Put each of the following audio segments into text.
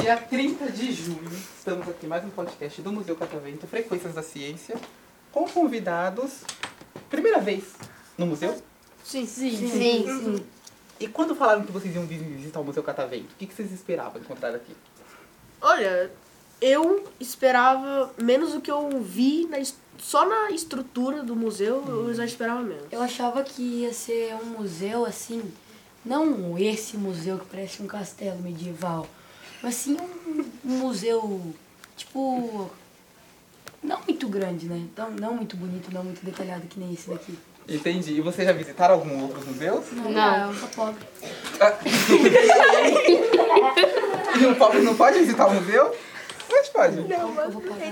Dia 30 de junho, estamos aqui mais um podcast do Museu Catavento, Frequências da Ciência, com convidados, primeira vez no museu. Sim, sim, Sim. E quando falaram que vocês iam vi- visitar o Museu Catavento, o que que vocês esperavam encontrar aqui? Olha, eu esperava menos do que eu vi na es- só na estrutura do museu, eu já esperava menos. Eu achava que ia ser um museu assim, não esse museu que parece um castelo medieval, mas sim um, um museu, tipo, não muito grande, né? Não, não muito bonito, não muito detalhado que nem esse daqui. Entendi. E vocês já visitaram algum outro museu? Não, não. eu sou pobre. E um pobre não pode visitar o museu? Mas pode. Então, Como que eu vou pagar?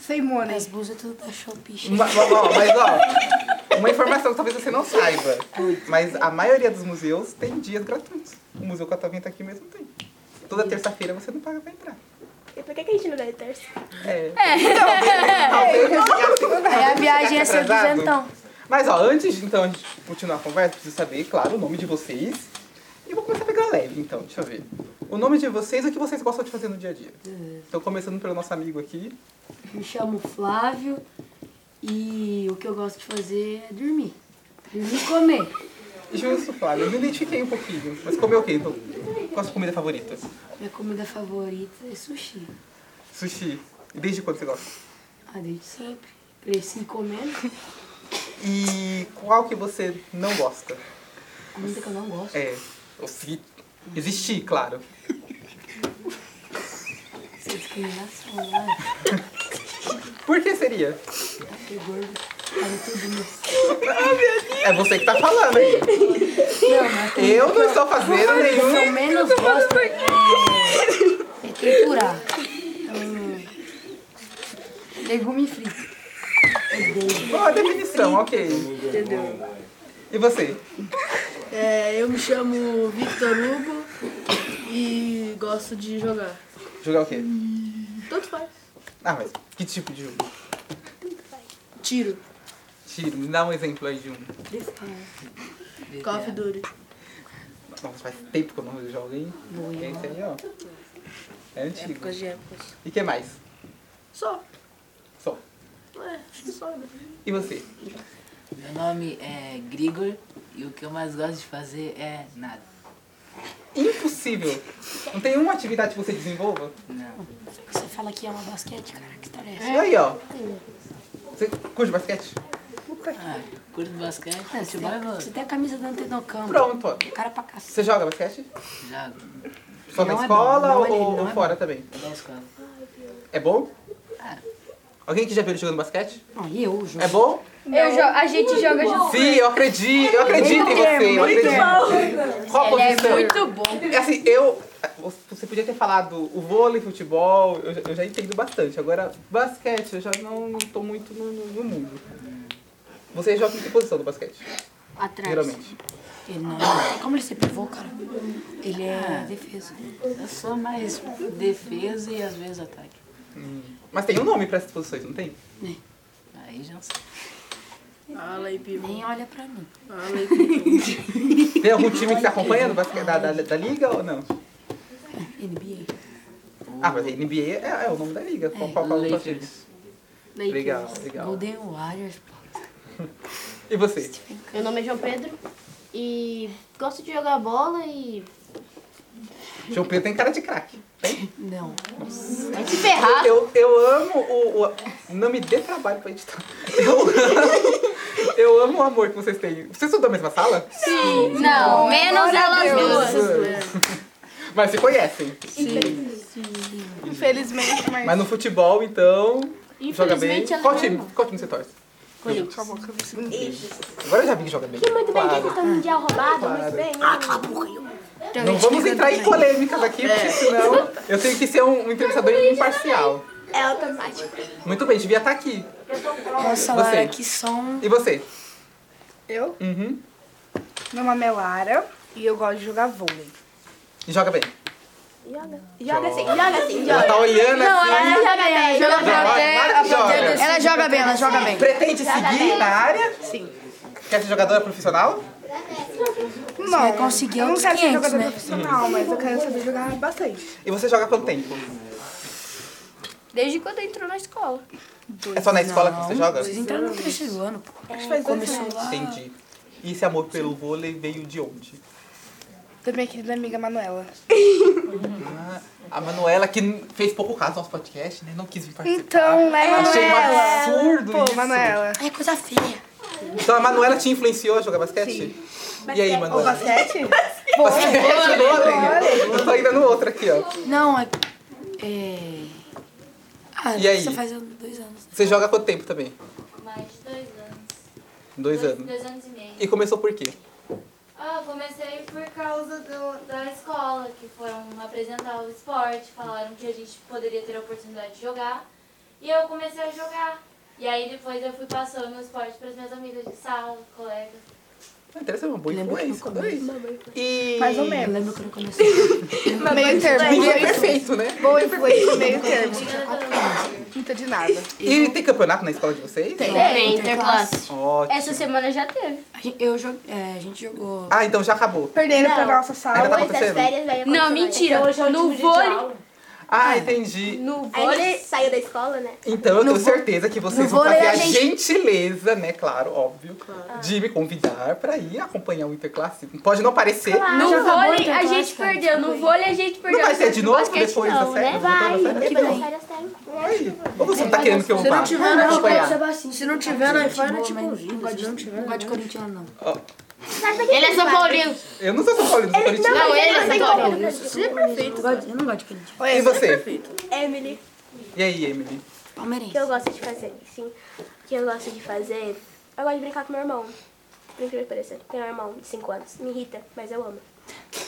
Sem money. As blusas tudo da Shopee. Ma- ma- ó, Mas, ó, uma informação que talvez você não saiba, mas a maioria dos museus tem dias gratuitos. O Museu Catavento aqui mesmo tem. Toda terça-feira você não paga pra entrar. E por que, que a gente não ganha terça? É. Talvez assim, assim, É. Aí a viagem ia ser Atrasado. duzentão. Mas, ó, antes de então, a gente continuar a conversa, preciso saber, claro, o nome de vocês. E eu vou começar a pegar leve, então, deixa eu ver. O nome de vocês e o que vocês gostam de fazer no dia a dia. Então, começando pelo nosso amigo aqui. Me chamo Flávio e o que eu gosto de fazer é dormir. Dormir e comer. Justo, Flávio, eu me identifiquei um pouquinho. Mas comeu o quê? Então, qual a sua comida favorita? Minha comida favorita é sushi. Sushi. E desde quando você gosta? Ah, desde sempre. Cresci comendo. E qual que você não gosta? Comida que eu não gosto. É, ou se existir, claro. Isso é discriminação, né? Por que seria? Porque gordo faz tudo né? isso. É você que tá falando aí. Não, mas tem Eu não estou fazendo o que eu nenhum. menos gosto é, é triturar. Então, legume frito. Odeio. Boa definição, ok. Entendeu? E você? É, eu me chamo Victor Hugo e gosto de jogar. Jogar o quê? Tanto faz. Ah, mas que tipo de jogo? Tiro, Tiro, me dá um exemplo aí de um. Call of Duty. Nossa, faz tempo que eu não jogo, hein? Esse aí, ó. É antigo. de épocas. E que mais? Só. Só. É, acho que só, né? E você? Meu nome é Grigor e o que eu mais gosto de fazer é nada. Impossível. Não tem uma atividade que você desenvolva? Não. Você fala que ama basquete, cara. Que história é essa? E aí, ó. Você curte basquete? Ah, curto basquete, É, Você tem, futebol e você vôlei. tem a camisa do Antenocampo. Pronto, ó. Cara é pra cacete. Você joga basquete? Jogo Só Não na é escola bom, não é- ou, não ou é fora também? da escola. É bom? Ah. Alguém que já viu ele jogando basquete? Não, e eu jogo. É bom? Eu jo- a gente joga junto. Sim, eu acredito, eu acredito em é você, eu acredito. Qual a é posição? bom. É Assim, eu. Você podia ter falado o vôlei, futebol, eu já, eu já entendo bastante. Agora, basquete, eu já não, não tô muito no, no- no mundo. Você joga em que posição do basquete? Atrás. Geralmente. Ele não. não. Como ele se pivô, cara? Ele é defesa. Eu sou mais defesa e às vezes ataque. Mas tem um nome pra essas posições, não tem? Aí já não sei. Fala aí, Pivo. Nem olha pra mim. Fala aí, Pivo. Tem algum time que tá acompanhando o basquete da, da, da liga ou não? NBA. Ah, mas a NBA é, é o nome da liga. Qual, qual, qual, qual time? Lakers. Legal, legal. Golden Warriors, pô. E você? Meu nome é João Pedro e gosto de jogar bola e João Pedro tem cara de craque. Não. vai se ferrar. Eu, eu amo o, o. Não me dê trabalho pra editar. Eu amo, eu amo o amor que vocês têm. Vocês estão da mesma sala? Não, menos elas duas. Mas se conhecem. Infelizmente, mas. Mas no futebol, então. Joga bem. Infelizmente elas Qual não é time? Qual time você torce? Corinthians. Agora eu já vi que joga bem. Muito bem, Claro. quem que tá no mundial roubado? Claro. Muito bem. hein? tá, Não vamos entrar em polêmicas aqui, porque senão eu tenho que ser um, um entrevistador imparcial. É automático. Muito bem, devia estar aqui. Você. Nossa, Lara, que som. E você? Eu? Uhum. Meu nome é Lara e eu gosto de jogar vôlei. E joga bem. Joga. Joga assim, Joga. joga assim, Ela joga. tá olhando assim. Joga bem, joga Não, vai- bem. vai que joga. Ela joga bem, ela joga bem. Pretende seguir na área? Sim. Quer ser jogadora profissional? Não, vai conseguir eu não outros quero ser 500, jogador né? profissional, mas eu quero saber jogar bastante. E você joga quanto tempo? Desde quando entrou na escola. É só na escola que você joga? Vocês entraram no terceiro ano, pô. Acho que faz dois anos. Entendi. E esse amor pelo vôlei veio de onde? Da minha querida amiga Manuela. Ah, a Manuela, que fez pouco caso do nosso podcast, né? Não quis vir participar. Então, né, Achei um Manuela? absurdo Pô, isso. Manuela. É coisa feia. Então a Manuela te influenciou a jogar basquete? E aí, O Manuela? basquete? Basquete, vôlei. Eu tô ainda no outro aqui, ó. Não, é... é... Ah, E aí? Você faz dois anos. Você joga há quanto tempo também? Mais de dois anos. Dois anos. Dois anos e meio. E começou por quê? Ah, eu comecei por causa do, da escola, que foram apresentar o esporte, falaram que a gente poderia ter a oportunidade de jogar. E eu comecei a jogar. E aí depois eu fui passando o esporte para as minhas amigas de sala, colegas. Ah, Interessante, uma boa Lembro que influência. adorei. E... Mais ou menos. Eu lembro quando eu comecei. Meio termo. Ninguém é perfeito, né? Boa influência, meio termo. Obrigada pelo Muita de nada. E tem campeonato na escola de vocês? Tem. Tem, É, interclasse. É Ótimo. Essa semana já teve. A gente, eu joguei... É, a gente jogou... Ah, então já acabou. Perderam pra Não. nossa Ainda tá sala. Depois das acontecendo? férias vai acontecer Não, mais. mentira. No vôlei. Ah, entendi. No Aí vôlei. ele saiu da escola, né? Então eu tenho certeza que vocês vão vôlei fazer a a gente- gentileza, né? Claro, óbvio, de me convidar pra ir acompanhar o Interclasse. Pode não parecer. No vôlei a gente cara, perdeu. No vôlei a gente perdeu. Não vai ser mas de no novo basquete depois da não, série? né? Vai, Depois das férias tem. Ou você não tá querendo que eu vá acompanhar? Se não tiver Tá na iFi, não convido, te Não se não pode- tiver, não gosto de corintiano, é não. Sabe pra que Ele é que São vai? Paulino. Eu não sou São Paulino, sou corintiano. Não, ele é São Tá, Paulino. Você é perfeito. Eu não gosto de corintiano. E você? Emily. E aí, Emily? O Palmeirense. que eu gosto de fazer, sim. O que eu gosto de fazer. Eu gosto de brincar com meu irmão. Por incrível que pareça. Tenho um irmão de 5 anos. Me irrita, mas eu amo.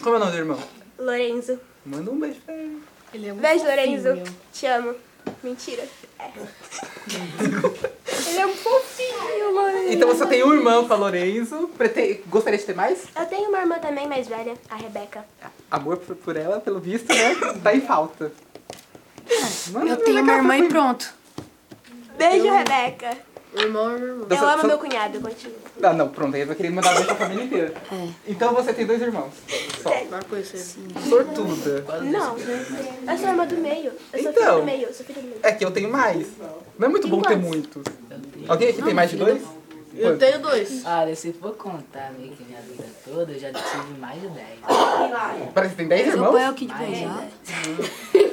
Como é o nome do irmão? Lorenzo. Manda um beijo pra ele. Beijo, Lorenzo. Te amo. Mentira. É. Ele é um fofinho, Lorenzo. Então você tem um irmão com a Lorenzo. Prete- Gostaria de ter mais? Eu tenho uma irmã também mais velha, a Rebeca. Amor por- por ela, pelo visto, né? Tá em falta. Manda Eu pra tenho uma cá, irmã pra- e pronto. Beijo, Rebeca. Irmão, irmão. Eu Só- é amo só- meu cunhado, continua. Ah, não, pronto, aí eu queria mandar beijo pra família inteira. É. Então você tem dois irmãos. Só. Vai conhecer. Sortuda. Não, né? eu sou a irmã do meio. Eu sou filha Então. do meio, eu sou filha do meio. É que eu tenho mais. Não é muito bom ter muitos. Alguém aqui tem mais de dois? Eu tenho dois. Olha, se for contar meio que minha vida toda, eu já tive mais de 10. Parece que tem dez Meu pai é irmãos? o Kid Beijão.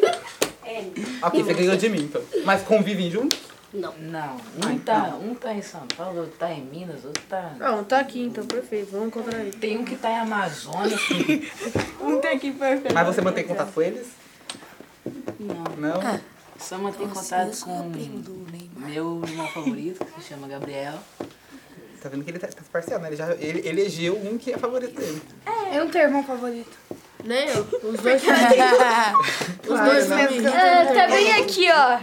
Ok, você ganhou de mim, então. Mas convivem juntos? Não, um tá, um tá em São Paulo, outro tá em Minas, outro tá. Não, tá aqui então, perfeito. Vamos encontrar ele. Tem um que tá em Amazônia. Mas você mantém contato com eles? Não. Não? É. Só manter contato com meu irmão favorito, que se chama Gabriel. Tá vendo que ele tá, tá se parcial, né? Ele já ele, elegeu um que é favorito dele. Eu não tenho irmão favorito. Nem eu. Os dois. Os dois não. mesmo. tá bem aqui, ó.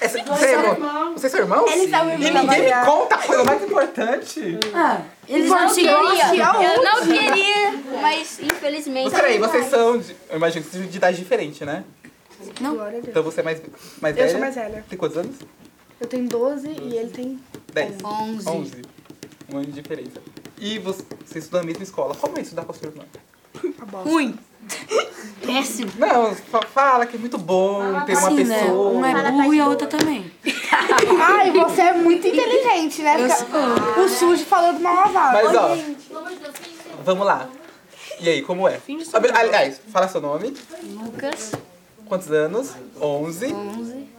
É, você, você é irmão? Vocês são irmãos? Eles são E irmãos. ninguém me conta a coisa mais importante. Ah, eles não Não queria. Eu não queria, mas Mas infelizmente. peraí, vocês são, de, eu imagino que vocês são de idade diferente, né? Glória a Deus. Então você é mais, mais Eu velha? sou mais velha. Tem quantos anos? Eu tenho 12 e ele tem 10. 11. 11. Um ano de diferença. E você, você estuda na mesma escola. Como é estudar com a sua irmã? a bola. Ruim. Péssimo. Não, fa- fala que é muito bom ter uma Sim, né? pessoa. Uma é burro e a outra também. Ai, você é muito inteligente, né? Fica o sujo falando mal lavada. Mas ó, Pelo amor de Deus, quem tem? vamos lá. E aí, como é? de Ah, Aliás, fala seu nome, Lucas, quantos anos? 11.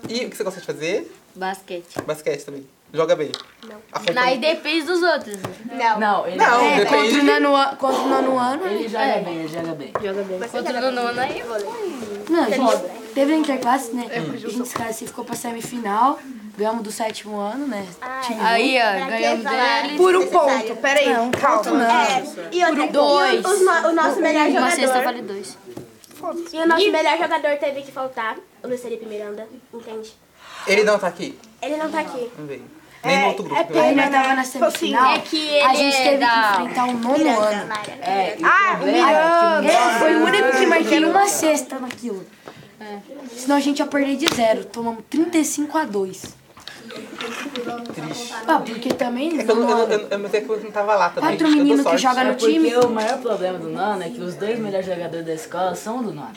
E o que você gosta de fazer? basquete. Basquete também. Joga bem. Não. Acompanha. Aí depende dos outros. Não. Não, ele, Não, É, contra o depende. nono ano. Contra o nono ano. É. ele joga bem, ele joga bem. Contra o nono aí. Não, a gente teve a interclasse, né? A gente se classificou pra semifinal. Ganhamos do sétimo ano, né? Aí, ó, Pra que ganhamos falar? dele. Por um ponto, peraí, calma. É, e outra, e dois. o, os no- o nosso melhor Uma sexta jogador. vale dois. E o nosso melhor jogador teve que faltar, o Luiz Felipe Miranda, entende? Ele não tá aqui. Ele não tá aqui. Vamos ver. Nem É, no outro grupo. é né? Aí nós pena, tava na né? Tipo assim, semifinal, É que a ele gente é teve da- que enfrentar o nono Piranga, ano. Lara. É, e o Ah, problema humilhando. é que É, foi o único que imagina é uma cesta naquilo. É. Senão a gente ia perder de zero. Tomamos 35 a 2. Ah, porque também. É que eu, não- eu, mano, não- eu, não- mas é que eu não tava lá também. Quatro eu dou meninos que sorte. jogam É no time. porque o maior problema do Nano é que os dois melhores jogadores da escola são do Nano.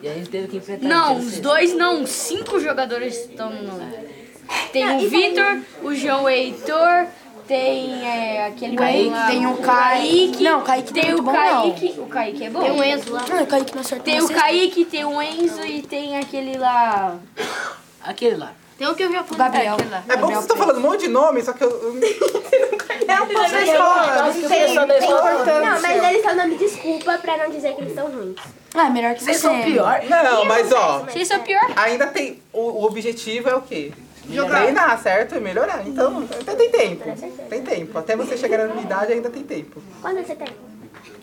E a gente teve que enfrentar Não, eles, os assim. dois não, cinco jogadores estão no. Tem o Vitor, o João Heitor, tem é, aquele Aí cara lá, tem o Kaique. Não, o Kaique não é tem muito o bom, Kaique. O Kaique é bom. Tem o Enzo lá. não. Não, o Kaique não acertou. Tem uma o cesta. Kaique, tem o Enzo e tem aquele lá. Aquele lá. Tem o que eu já fui. Gabriel. Aquele lá. É bom que vocês estão falando um monte de nome, só que eu. eu- É um pouco da escola, não tem, é tem Não, importância. mas eles só não me desculpa pra não dizer que eles são ruins. Ah, é melhor que você. Vocês são pior. Não, mas ó, Mas, Vocês são é. pior. ainda tem. O, o objetivo é o quê? Jogar. Treinar, certo? E melhorar. Então, até tem tempo. Com certeza. Tem tempo. Até você chegar na minha idade ainda tem tempo. Quantos você tem?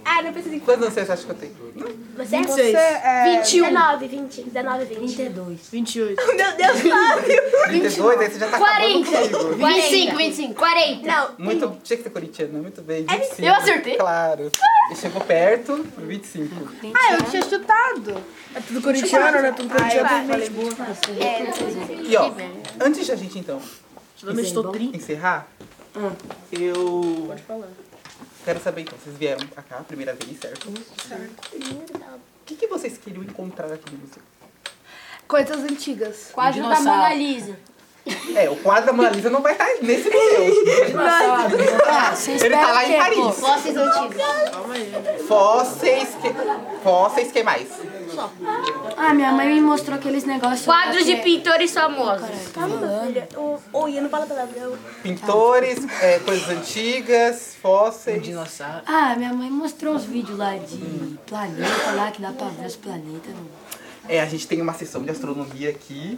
Ah, não precisa. Quantos anos você acha que eu tenho? Você é? Você é... 19, 20, 19, 20. 32. 28. 32, aí você já tá acabando 40. comigo. 25, 25, 40. Não, Muito, tinha que ser corintiano, muito bem. 25, eu acertei. Claro. E chegou perto, 25. Ah, eu tinha chutado. É tudo corintiano, né? Tudo corintiano. tudo falei boa. E ó, antes da gente então Eu estou 30. encerrar, eu. Pode falar. Quero saber então, vocês vieram pra cá a primeira vez, certo? O que, que vocês queriam encontrar aqui no museu? Coisas antigas. Quase da Dinossauro. Mona Lisa. É, o quadro da Mona Lisa não vai estar nesse museu. Ah, você Ele espera tá lá o quê, em Paris. pô? Vocês antigos. Fósseis que. Fósseis que mais? Ah, minha mãe me mostrou aqueles negócios. lá Quadros de que é- pintores famosos. calma, Tá, meu filho. O- Oi, eu não falo palavrão. Pintores, é, coisas antigas, Um fósseis. dinossauro. Ah, minha mãe mostrou uns vídeos lá de planeta lá que dá pra ver os planetas. É, a gente tem uma sessão de astronomia aqui.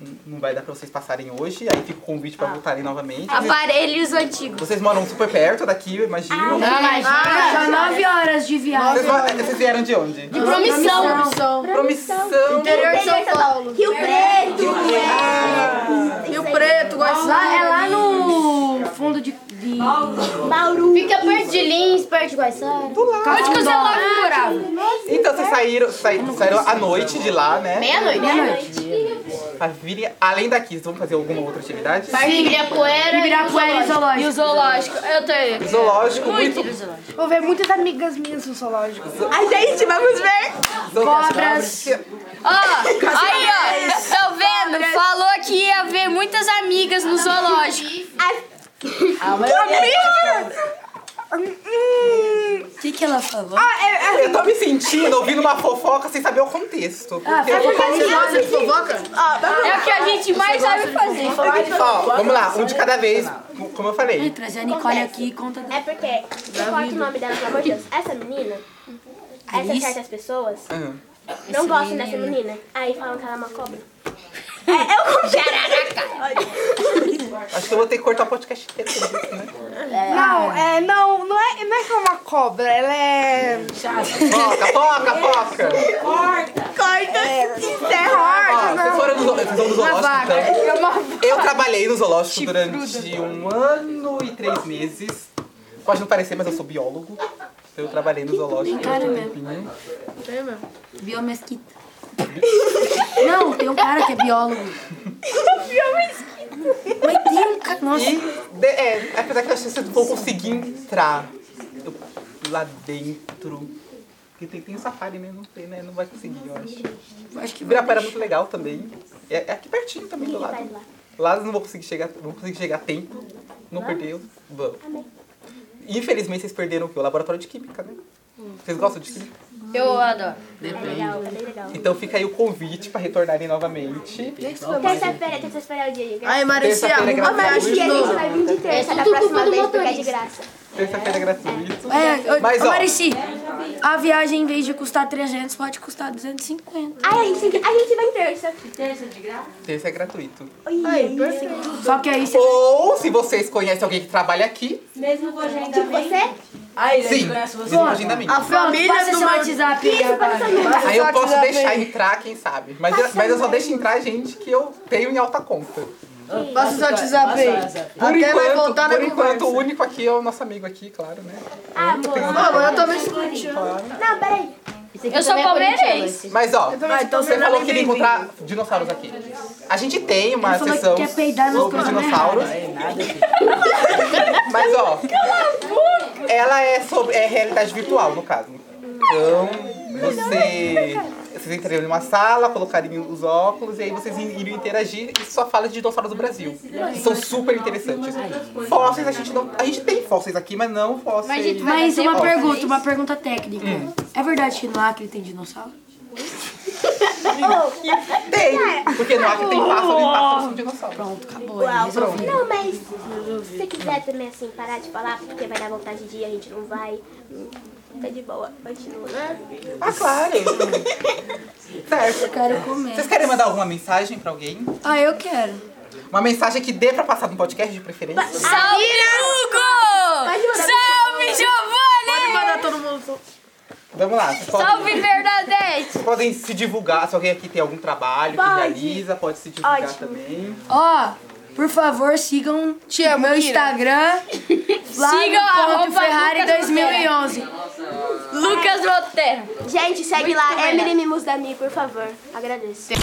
N- Não vai dar pra vocês passarem hoje. Aí fica o convite pra voltarem novamente. Aparelhos antigos. Vocês moram super perto daqui, eu imagino. Ah, só 9 horas de viagem. Vocês, moram- vocês vieram de onde? De promissão. Promissão. Promissão. Interior de São Paulo. Rio Preto! Rio Preto, Guaçu. Lá, é lá no fundo de. de... Bauru! Fica perto de Lins, perto de Guaiçara. Onde que o Zé Lobo morava? Então vocês saíram, saí- saíram à noite de lá, né? Meia-noite. Pra virem- além daqui, vocês vão fazer alguma outra atividade? Parte de Ibirapuera. Ibirapuera e E zoológico. o zoológico. Eu tenho. Zoológico, muito. Muito do zoológico. Vou ver muitas amigas minhas no zoológico. A gente, vamos ver! Cobras. Ó, aí ó, tá vendo? Falou que ia ver muitas amigas no zoológico. A maioria O que, que ela falou? É, Eu tô me sentindo ouvindo uma fofoca sem saber o contexto. Porque, Você fofoca? É o que a gente mais sabe fazer. ó, vamos lá, um de cada vez, como eu falei. Trazer a Nicole aqui e conta. É porque, corta o nome dela, pelo amor de Deus. Essa menina, essas certas pessoas, Aham. não gostam dessa menina. Aí falam que ela é uma cobra. É, Acho que eu vou ter que cortar o podcast inteiro. por isso, né? Não, é, não, não é, não é que é uma cobra, ela é. Foca, foca, foca! é, tipo, Ó, né? vocês foram no, zo- vocês vão no zoológico, então. É uma Eu trabalhei no zoológico durante um ano e três meses. Pode não parecer, mas eu sou biólogo. Eu trabalhei no zoológico durante né? um tempinho. Biomesquita. Não, tem um cara que é biólogo. Biomesquita. Mas tem um cara. Nossa. E, de- é, apesar que eu achei que eu não vou conseguir entrar eu- lá dentro. Porque tem, tem um safari, né? Não sei, né? Não vai conseguir, eu acho. Acho que Ibirapuera é muito legal também. É, é aqui pertinho também do Ninguém lado. vai lá. Lá eu não vou conseguir chegar, não vou conseguir chegar a tempo. Não perdeu. Vamos. Infelizmente vocês perderam o quê? O laboratório de química, né? Hum. Vocês gostam de química? Eu adoro. É legal, é bem legal. Então fica aí o convite para retornarem novamente. Terça-feira, terça-feira é o dia de graça. Aí, Maricia, Terça-feira é arruma a gratuito. viagem E de a gente novo. vai vir de terça, da É tudo próxima culpa do vez fica de motorista. graça. Terça-feira é gratuito. É, ô, Mas, ô, ó. Marici, a viagem em vez de custar 300 pode custar 250. Aí a gente, a gente vai em terça. Terça é gratuito. Oi, Só que aí você. Ou se vocês conhecem alguém que trabalha aqui, tipo você? Aí, a gente sim, conhece você. mesmo agenda minha. A família Passa do seu meu WhatsApp aí agora. Ah, Aí eu posso deixar entrar, quem sabe. Mas eu, mas eu só deixo entrar gente que eu tenho em alta conta. que. Passa o seu WhatsApp aí. Por Até enquanto, vai voltar por na enquanto o conversa. único aqui é o nosso amigo aqui, claro, né? Ah, amor. Ah, agora eu também sou corintiano. Não, peraí. Eu sou é palmeirense. Mas ó, Ah, então você você não é falou que nem iria bem-vindo. encontrar dinossauros aqui. A gente tem uma falou que sessão quer peidar nas sobre costas, né? dinossauros, É nada, filho. mas ó, ela é sobre é realidade virtual no caso. Então você vocês entrariam numa sala, colocariam os óculos e aí vocês iriam interagir e só fala de dinossauros do Brasil. Que são super interessantes. Fósseis a gente não, a gente tem fósseis aqui, mas não Mas a gente fósseis. vai Mas fazer uma outra pergunta, vez. uma pergunta técnica. É verdade que no Acre tem dinossauro? Tem, porque no Acre tem pássaro e pássaro são dinossauros. Pronto, acabou. Uau, resolvido. Não, mas se você quiser também assim parar de falar, porque vai dar vontade de ir, a gente não vai. hum, Tá de boa, continua. né? Ah, claro. certo. Quero comer. Vocês querem mandar alguma mensagem pra alguém? Ah, eu quero. Uma mensagem que dê pra passar no podcast de preferência? Salve, Hugo! Salve, Pode Giovanni! mandar todo mundo. Vamos lá. vocês podem- Salve, Bernadette! Vocês podem se divulgar, se alguém aqui tem algum trabalho que Pode. realiza, pode se divulgar Ótimo. também. Ó, por favor, sigam Te amo, meu Kira. Instagram. Sigam arroba Ferrari Lucas 2011. Lucas Rotero. Gente, segue lá, Emily Mimos Dami, por favor. Agradeço.